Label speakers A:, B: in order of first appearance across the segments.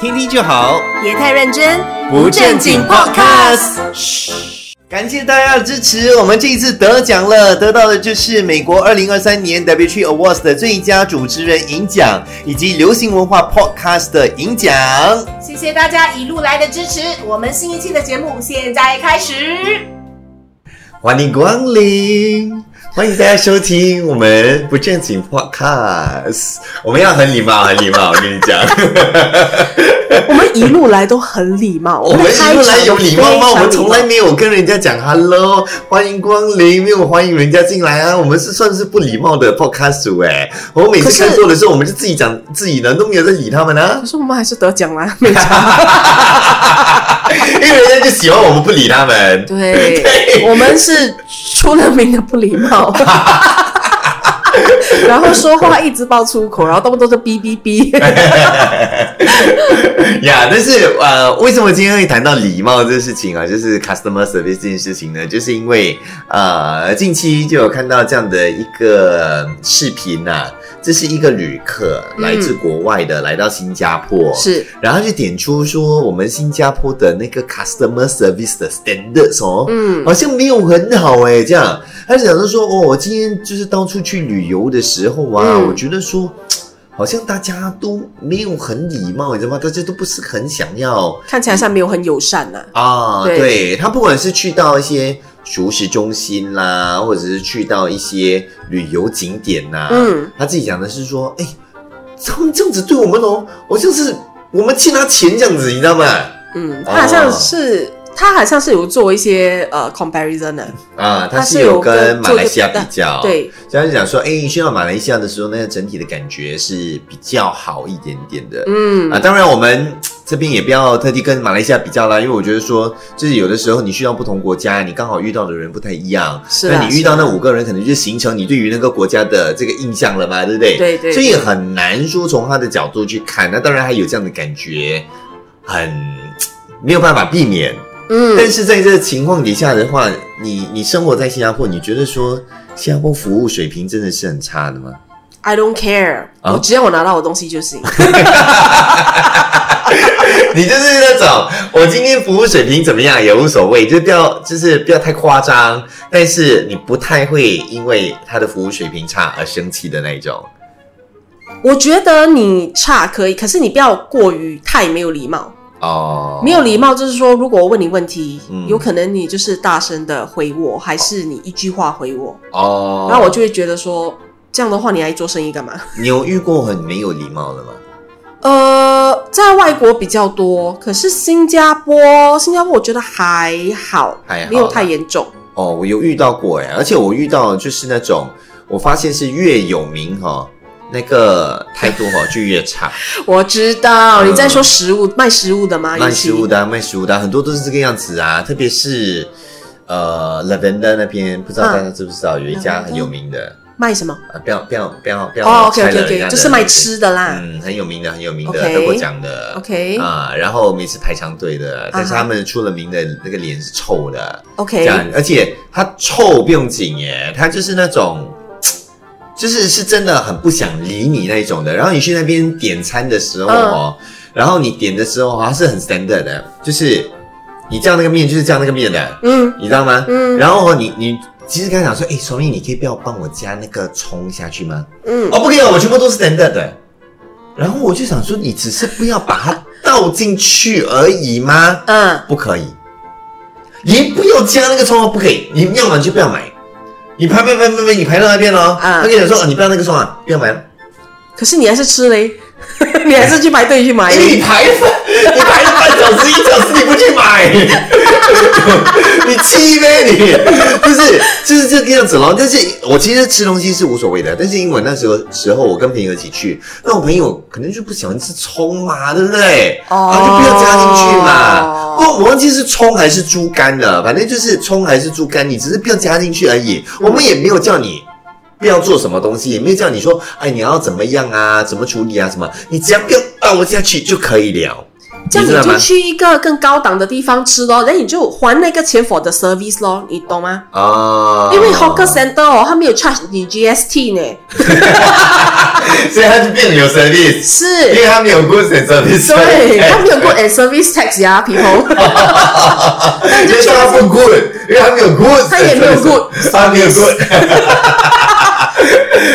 A: 听听就好，
B: 别太认真，
A: 不正经 Podcast。嘘，感谢大家的支持，我们这一次得奖了，得到的就是美国二零二三年 WT Awards 的最佳主持人银奖，以及流行文化 Podcast 的银奖。
B: 谢谢大家一路来的支持，我们新一期的节目现在开始。
A: 欢迎光临，欢迎大家收听我们不正经 Podcast。我们要很礼貌，很礼貌，我跟你讲。
C: 我们一路来都很礼貌，
A: 我们
C: 的
A: 一路
C: 开
A: 来
C: 场
A: 有礼貌吗？
C: 非
A: 我
C: 常
A: 们从来
C: 礼
A: 没有跟人家讲 “hello”，欢迎光临，没有欢迎人家进来啊。我们是算是不礼貌的 podcast 组哎。我们每
C: 可
A: 次
C: 是
A: 看错的时候，我们就自己讲自己人，都没有在理他们啊
C: 貌。可。是我们还是得奖啦，没错。
A: 因为人家就喜欢我们不理他们。
C: 对，我们是出了名的不礼 貌，然后说话一直爆粗口，然后动不动就哔哔哔。
A: 呀但是呃，为什么今天会谈到礼貌这事情啊？就是 customer service 这件事情呢，就是因为呃，近期就有看到这样的一个视频呐、啊这是一个旅客来自国外的，来到新加坡，
C: 嗯是，
A: 然后他就点出说我们新加坡的那个 customer service 的 standards 哦，
C: 嗯
A: 好像没有很好哎、这样。他就想着说，哦，我今天就是到处去旅游的时候啊，
C: 嗯
A: 我觉得说，好像大家都没有很礼貌，你知道吗？大家都不是很想要
C: 看起来像没有很友善呐、
A: 啊，
C: 对
A: 对他不管是去到一些熟食中心啦，或者是去到一些旅游景点呐、
C: 嗯，
A: 他自己讲的是说，哎、他们这样子对我们哦，好像是我们欠他钱这样子，你知道吗？
C: 嗯，他好像是。
A: 哦
C: 他好像是有做一些呃 comparison 的，
A: 啊，他
C: 他是
A: 是有
C: 有
A: 跟
C: 跟
A: 马来西亚比较，，
C: 对，
A: 所以他就讲说，哎、去到马来西亚的时候，那个整体的感觉是比较好一点点的，
C: 嗯
A: 啊，，当然我们这边也不要特地跟马来西亚比较啦，因为我觉得说，就是有的时候你去到不同国家，你刚好遇到的人不太一样，
C: 是啦
A: 那你遇到
C: 是
A: 那
C: 啦
A: 五个人，可能就形成你对于那个国家的这个印象了嘛，对不对？
C: 对对
A: 所以
C: 对
A: 很难说从他的角度去看。那当然，他有这样的感觉，很没有办法避免。
C: 嗯，
A: 但是在这个情况底下的话，你你生活在新加坡，你觉得说新加坡服务水平真的是很差的吗？
C: I don't care，、
A: 啊
C: 我只要我拿到我东西就 行。
A: 你就是那种，我今天服务水平怎么样也无所谓，就是不要就是不要太夸张，但是你不太会因为他的服务水平差而生气的那一种。
C: 我觉得你差可以，可是你不要过于太没有礼貌。
A: 哦，
C: 没有礼貌就是说，如果我问你问题，
A: 嗯
C: 有可能你就是大声的回我，还是你一句话回我，
A: 哦，
C: 然后我就会觉得说，这样的话你还做生意干嘛？
A: 你有遇过很没有礼貌的吗？
C: 呃，在外国比较多，可是新加坡，新加坡我觉得还好，
A: 还好
C: 没有
A: 啦
C: 太严重。
A: 哦，我有遇到过哎，而且我遇到就是那种，我发现是越有名哈、那个态度哈、就越 差，
C: 我知道
A: 嗯
C: 你在说食物，卖食物的吗？
A: 卖食物
C: 尤其
A: 的啊、卖食物的啊、很多都是这个样子啊，特别是呃 Lavender 那边，不知道
C: 嗯
A: 大家知不知道、有一家很有名的。
C: 卖什么？
A: 啊，不要不要不要不要
C: 嗯哦，OK
A: 拆
C: OK
A: 了人
C: OK，
A: 家的
C: 就是卖吃的啦。
A: 嗯，很有名的，很有名的
C: OK
A: 德国奖的
C: OK 啊
A: 啊，然后每次排长队的，但是他们出了名的那个脸是臭的，这
C: OK，
A: 样，而且他臭不用紧耶，他就是那种。就是是真的很不想理你那一种的，然后你去那边点餐的时候哦，然后你点的时候哦它是很 standard 的，就是你叫那个面就是叫那个面的，
C: 嗯
A: 你知道吗？
C: 嗯
A: 然后哦你你其实刚才讲说，哎、所以你可以不要帮我加那个葱下去吗？
C: 嗯，
A: 哦，不可以，我全部都是 standard 的。然后我就想说，你只是不要把它倒进去而已吗？
C: 嗯，
A: 不可以，你不要加那个葱哦，不可以，你要买就不要买。你排排排排排，你排到那边哦。他
C: 啊
A: 跟你讲说，哦，你不要那个葱啊，不要买了，
C: 可是你还是吃嘞， 你还是去排队去买
A: 因为你排了，你排了半小时、一小时，你不去买，你气呗你？就是就是这个样子咯。但是我其实吃东西是无所谓的，但是因为那时候时候我跟朋友一起去，那我朋友可能就不喜欢吃葱嘛，对不对？
C: 哦
A: 啊，就不要加进去嘛。哦不，我忘记是葱还是猪肝了，反正就是葱还是猪肝，你只是不要加进去而已。我们也没有叫你不要做什么东西，也没有叫你说，哎，你要怎么样啊，怎么处理啊，什么，你只要不要倒下去就可以了。
C: 这样
A: 你知
C: 你
A: 道吗
C: 就去一个更高档的地方吃咯，然后你就还那个钱 for the service 咯，你懂吗？
A: 啊，
C: 因为 hawker center 哦，他没有 charge 你 GST 呢，
A: 所以它就变得有 service，因
C: 是，
A: 为它没有 goods and service，
C: 对，
A: 哎
C: 他没有 good and service tax 呀、啊、，people，
A: 因为它不 good，因为它没有 goods，
C: 它也没有 good
A: 它没有 good。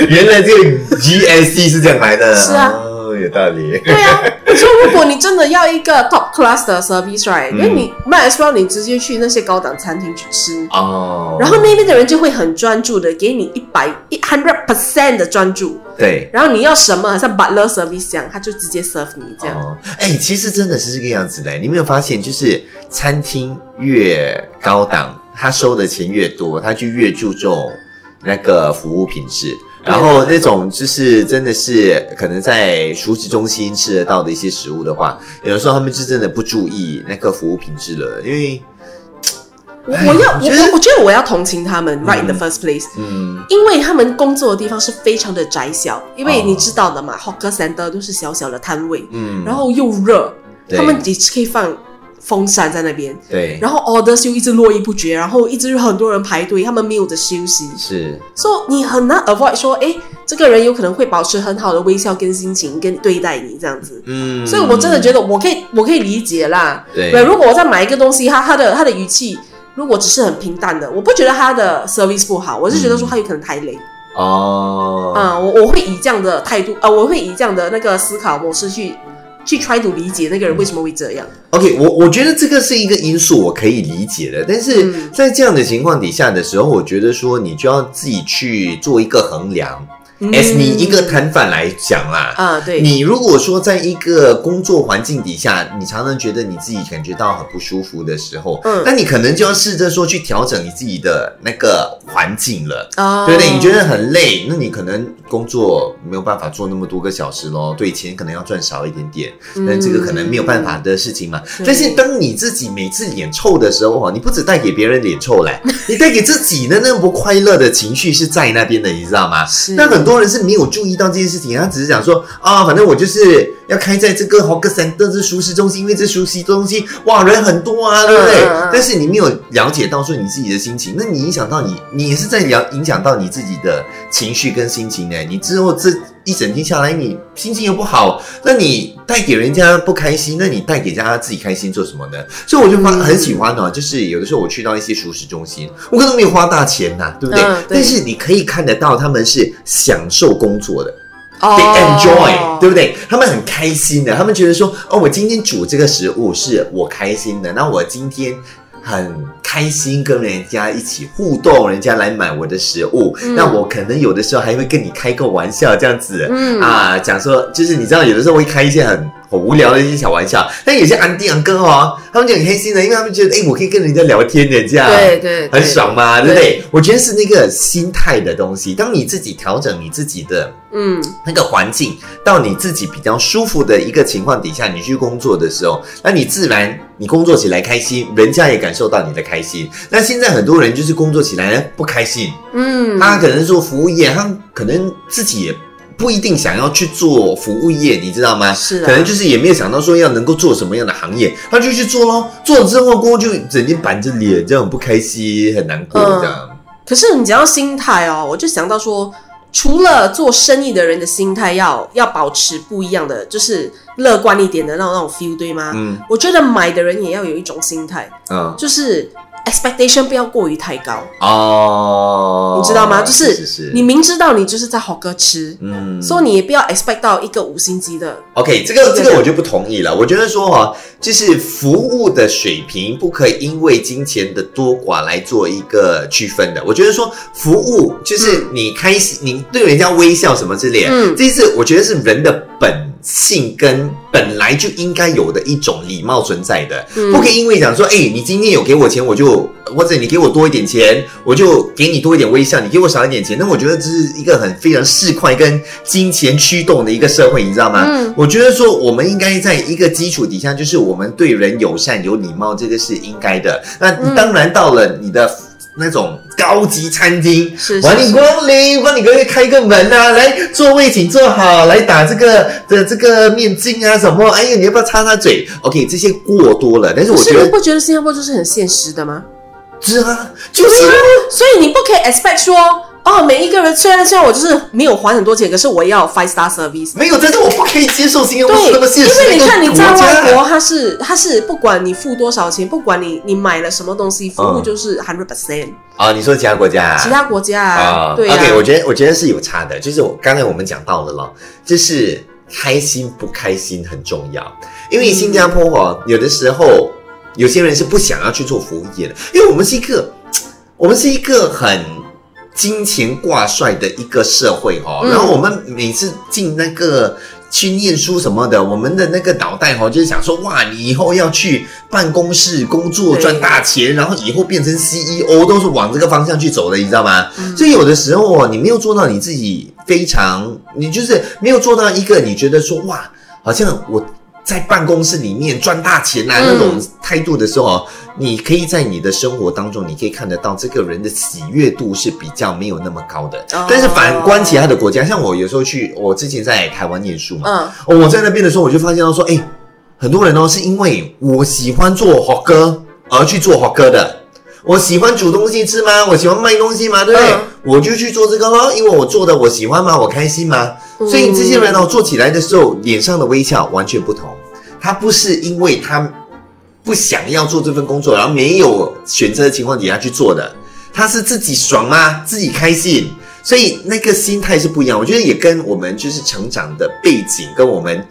A: 原来这个 GST 是这样来的，
C: 是啊
A: 哦，有道理。
C: 对啊。所以如果你真的要一个 top class 的 service right，那、
A: 嗯
C: 你 might as well 你直接去那些高档餐厅去吃。
A: 哦，
C: 然后那边的人就会很专注的给你一百一 hundred percent 的专注，
A: 对，
C: 然后你要什么，好像 butler service 这样，他就直接 serve 你这样。
A: 哦，哎、其实真的是这个样子的。你没有发现，就是餐厅越高档，他收的钱越多，他就越注重那个服务品质。然后那种就是真的是可能在熟食中心吃得到的一些食物的话，有的时候他们是真的不注意那个服务品质了，因为
C: 我
A: 哎
C: 我要
A: 我
C: 我
A: 觉得
C: 我我觉得我要同情他们，right in the
A: 嗯
C: first place，
A: 嗯，
C: 因为他们工作的地方是非常的窄小，因为
A: 哦
C: 你知道的嘛，hawker center 都是小小的摊位，
A: 嗯
C: 然后又热，
A: 对
C: 他们只可以放风扇在那边，
A: 对，
C: 然后 orders 又一直络绎不绝，然后一直有很多人排队，他们没有的休息，
A: 是
C: 所以你很难 avoid 说，哎，这个人有可能会保持很好的微笑跟心情跟对待你这样子。
A: 嗯，
C: 所以我真的觉得我可以，我可以理解啦。
A: 对
C: 如果我在买一个东西，他他的他的语气如果只是很平淡的，我不觉得他的 service 不好，我是觉得说他有可能太累
A: 哦，
C: 啊、我我会以这样的态度啊、呃我会以这样的那个思考模式去去 try to 理解那个人为什么会这样。
A: OK，我我觉得这个是一个因素，我可以理解的。但是
C: 嗯
A: 在这样的情况底下的时候，我觉得说你就要自己去做一个衡量。as 你一个摊贩来讲啦，
C: 嗯啊、对，
A: 你如果说在一个工作环境底下，你常常觉得你自己感觉到很不舒服的时候，
C: 嗯
A: 那你可能就要试着说去调整你自己的那个环境了。
C: 啊、
A: 对不对？你觉得很累，那你可能工作没有办法做那么多个小时咯，对，钱可能要赚少一点点，但这个可能没有办法的事情嘛。
C: 嗯对
A: 但是当你自己每次脸臭的时候哦，你不止带给别人脸臭嘞，你带给自己的那不快乐的情绪是在那边的，你知道吗？
C: 是
A: 那很多人是没有注意到这件事情，他只是想说啊，反正我就是要开在这个 hawker center 这熟食中心，因为这熟食中心哇人很多啊，对不对？
C: 嗯嗯
A: 但是你没有了解到说你自己的心情，那你影响到你，你也是在了影响到你自己的情绪跟心情呢。你之后这一整天下来，你心情又不好，那你带给人家不开心，那你带给人家自己开心做什么呢？所以我就发
C: 嗯
A: 很喜欢哦，就是有的时候我去到一些熟食中心，我可能没有花大钱呐、对不对？
C: 嗯对
A: 但是你可以看得到他们是享受工作的、
C: 哦
A: t h e y enjoy，对不对？他们很开心的，他们觉得说，哦，我今天煮这个食物是我开心的，那我今天。很开心跟人家一起互动，人家来买我的食物，
C: 嗯
A: 那我可能有的时候还会跟你开个玩笑这样子，
C: 嗯
A: 啊，讲说就是你知道，有的时候会开一些很很无聊的一些小玩笑，但有些安迪安哥哦，他们就很开心的，因为他们觉得哎、我可以跟人家聊天的这样，
C: 对对对
A: 啊很爽嘛，对不对
C: 对？
A: 我觉得是那个心态的东西，当你自己调整你自己的
C: 嗯
A: 那个环境到你自己比较舒服的一个情况底下，你去工作的时候，那你自然你工作起来开心，人家也感受到你的开心。那现在很多人就是工作起来不开心，
C: 嗯，
A: 他可能做服务业，他可能自己也不一定想要去做服务业，你知道吗？
C: 是啊
A: 可能就是也没有想到说要能够做什么样的行业，他就去做咯。做了之后，过后就整天板着脸，这样很不开心，很难过，
C: 嗯
A: 这样。
C: 可是你讲到心态哦，我就想到说，除了做生意的人的心态要要保持不一样的，就是乐观一点的那种那种 feel，对吗？
A: 嗯
C: 我觉得买的人也要有一种心态，
A: 嗯
C: 就是 expectation 不要过于太高，
A: 哦，
C: 你知道吗？就是是你明知道你就是在好哥吃，
A: 嗯
C: 所以你也不要 expect 到一个五星级的，
A: OK，这个
C: 对
A: 这
C: 的
A: 个我就不同意了。我觉得说哈、就是服务的水平不可以因为金钱的多寡来做一个区分的。我觉得说服务就是你开心，你对人家微笑什么之类的，
C: 嗯
A: 这是我觉得是人的本性跟本来就应该有的一种礼貌存在的。
C: 嗯
A: 不可以因为讲说，哎、你今天有给我钱，我就或者你给我多一点钱，我就给你多一点微笑；你给我少一点钱，那我觉得这是一个很非常市侩跟金钱驱动的一个社会，你知道吗？
C: 嗯
A: 我觉得说我们应该在一个基础底下，就是我们对人友善、有礼貌，这个是应该的。那
C: 嗯
A: 当然到了你的。那种高级餐厅，
C: 是
A: 欢
C: 是
A: 迎
C: 是
A: 光临，帮你各位开个门啊，来座位请坐好，来打这个的这个面巾啊什么，哎呀，你要不要擦擦嘴？OK，这些过多了，但是我
C: 是
A: 觉
C: 你
A: 得
C: 不觉得新加坡就是很现实的吗？
A: 是啊，就是
C: 所以你不可以 expect 说，哦，每一个人虽然虽然我就是没有还很多钱，可是我也要 five star service。
A: 没有，但是我不可以接受新加坡
C: 对，
A: 是那么现
C: 因
A: 实的一
C: 为你
A: 个
C: 看你在
A: 国家
C: 外国，它是它是不管你付多少钱，不管你你买了什么东西，服务
A: 嗯
C: 就是 hundred percent。
A: 啊，你说其他国家啊，
C: 其他国家啊，对啊
A: OK，我觉得我觉得是有差的，就是我刚才我们讲到了咯，就是开心不开心很重要，因为新加坡哦，有的时候有些人是不想要去做服务业的，因为我们是一个我们是一个很。金钱挂帅的一个社会哦，
C: 嗯
A: 然后我们每次进那个去念书什么的，我们的那个脑袋哦，就是想说哇，你以后要去办公室工作
C: 对
A: 赚大钱，然后以后变成 CEO 都是往这个方向去走的，你知道吗？
C: 嗯
A: 所以有的时候哦，你没有做到你自己非常，你就是没有做到一个你觉得说哇，好像我在办公室里面赚大钱啊、
C: 嗯
A: 那种态度的时候哦，你可以在你的生活当中，你可以看得到这个人的喜悦度是比较没有那么高的。
C: 哦
A: 但是反观其他的国家，像我有时候去，我之前在台湾念书嘛，
C: 嗯，
A: 哦，我在那边的时候，我就发现到说，哎、很多人哦，是因为我喜欢做好歌而去做好歌的。我喜欢煮东西吃吗？我喜欢卖东西吗？对不对？
C: 嗯
A: 我就去做这个咯，因为我做的我喜欢吗？我开心吗？
C: 嗯
A: 所以这些人哦，做起来的时候，脸上的微笑完全不同。他不是因为他不想要做这份工作，然后没有选择的情况底下去做的，他是自己爽啊，自己开心，所以那个心态是不一样。我觉得也跟我们就是成长的背景跟我们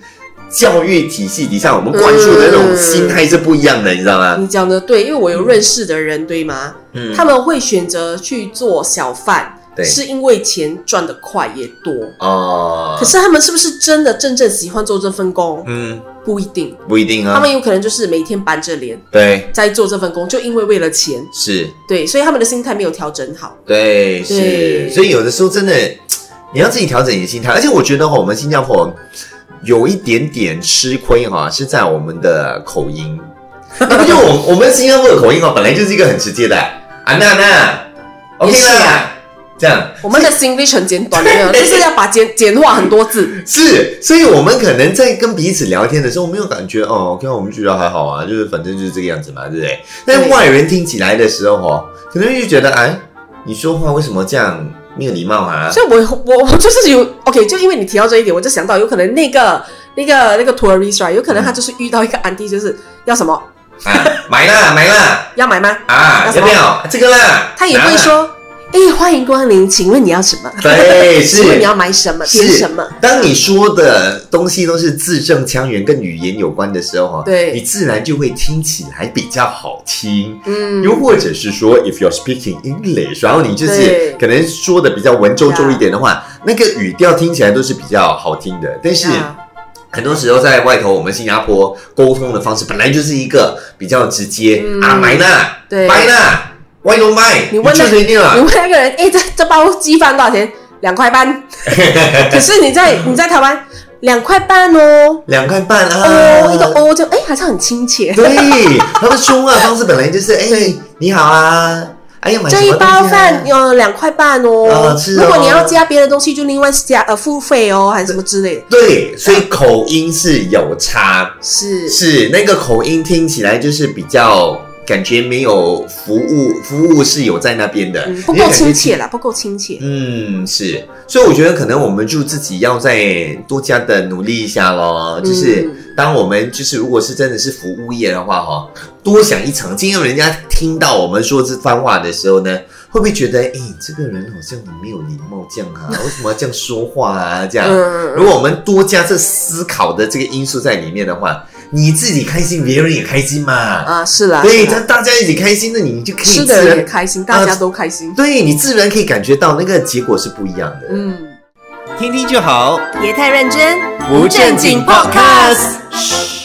A: 教育体系底下我们灌输的那种
C: 嗯
A: 心态是不一样的，你知道吗？
C: 你讲的对，因为我有认识的人，对吗？
A: 嗯，
C: 他们会选择去做小贩，
A: 对
C: 是因为钱赚得快也多。
A: 哦，
C: 可是他们是不是真的真正喜欢做这份工？
A: 嗯，
C: 不一定，
A: 不一定
C: 他
A: 啊
C: 们，有可能就是每天板着脸
A: 对，
C: 在做这份工，就因为为了钱，
A: 是。
C: 对，所以他们的心态没有调整 好。
A: 对，是，
C: 对
A: 所以有的时候真的你要自己调整你的心态，而且我觉得哈，我们新加坡有一点点吃亏哈，是在我们的口 音，因为我我们新加坡的口音哦，本来就是一个很直接的，啊那那，OK
C: 也是
A: 啦
C: 啊，
A: 这样
C: 我们的 English 很简短，没有，就是要把简简化很 多字。
A: 是，所以我们可能在跟彼此聊天的时候，没有感觉哦，OK，我们觉得还好啊，就是反正就是这个样子嘛，对不对？但
C: 对
A: 外人听起来的时候哦，可能就觉得哎，你说话为什么这样没有礼貌啊？
C: 所以我我我就是有 OK，就因为你提到这一点，我就想到有可能那个那个那个 tourist right，有可能
A: 嗯
C: 他就是遇到一个安迪，就是要什么
A: 啊，买啦买啦
C: 要买吗？
A: 啊，
C: 要
A: 有
C: 什么
A: 没有这个啦？
C: 他也会说，哎、欢迎光临，请问你要什么？
A: 拿啦， 对，
C: 请问你
A: 哎是
C: 要买什么？点
A: 是
C: 什么？？
A: 当你说的东西都是字正腔圆、跟语言有关的时候，
C: 对
A: 你自然就会听起来比较好听。
C: 嗯，
A: 又或者是说，if you're speaking English，然后你就是
C: 对
A: 可能说的比较文绉绉一点的话，那个语调听起来都是比较好听的。但是
C: 啊
A: 很多时候在外头，我们新加坡沟通的方式本来就是一个比较直接、
C: 嗯
A: 啊，买啦，
C: 对
A: 买啦，why don't buy？
C: 你问
A: 就
C: 那
A: 是一 定
C: 你
A: 了，
C: 问那个人，哎、这这包鸡饭多少钱？两 块半。可是你在你在台湾，两块半 哦，
A: 两块半
C: 哦，一个
A: 啊。
C: 哦，就哎、好像很亲切。
A: 对，他们说话的方式本来就是，哎，你好啊，哎呀，买什
C: 这
A: 么
C: 一包
A: 东西啊
C: 饭有两块半哦。
A: 啊是哦
C: 如果你要加别的东西，就另外加呃付费哦，还是什么之类的。
A: 对，所以口音是有差
C: 是
A: 是那个口音听起来就是比较感觉没有服务，服务是有在那边的，
C: 嗯，不
A: 你就
C: 够
A: 感觉
C: 亲切啦，不够亲切。
A: 嗯，是，所以我觉得可能我们就自己要再多加的努力一下咯。就是
C: 嗯
A: 当我们就是如果是真的是服务业的话哈，多想一层，今天人家听到我们说这番话的时候呢，会不会觉得诶，这个人好像很没有礼貌这样啊？ 为什么要这样说话啊？这样，
C: 嗯，
A: 如果我们多加这思考的这个因素在里面的话，你自己开心，别人也开心嘛。
C: 啊，是啦，
A: 对，
C: 是啦
A: 他大家一起开心，那你就可以啊
C: 吃
A: 自
C: 的人也
A: 然，
C: 开心，大家都开心。
A: 对你自然可以感觉到那个结果是不一样的。
C: 嗯，
A: 听听就好，
C: 别太认真，
A: 不正经 podcast。嘘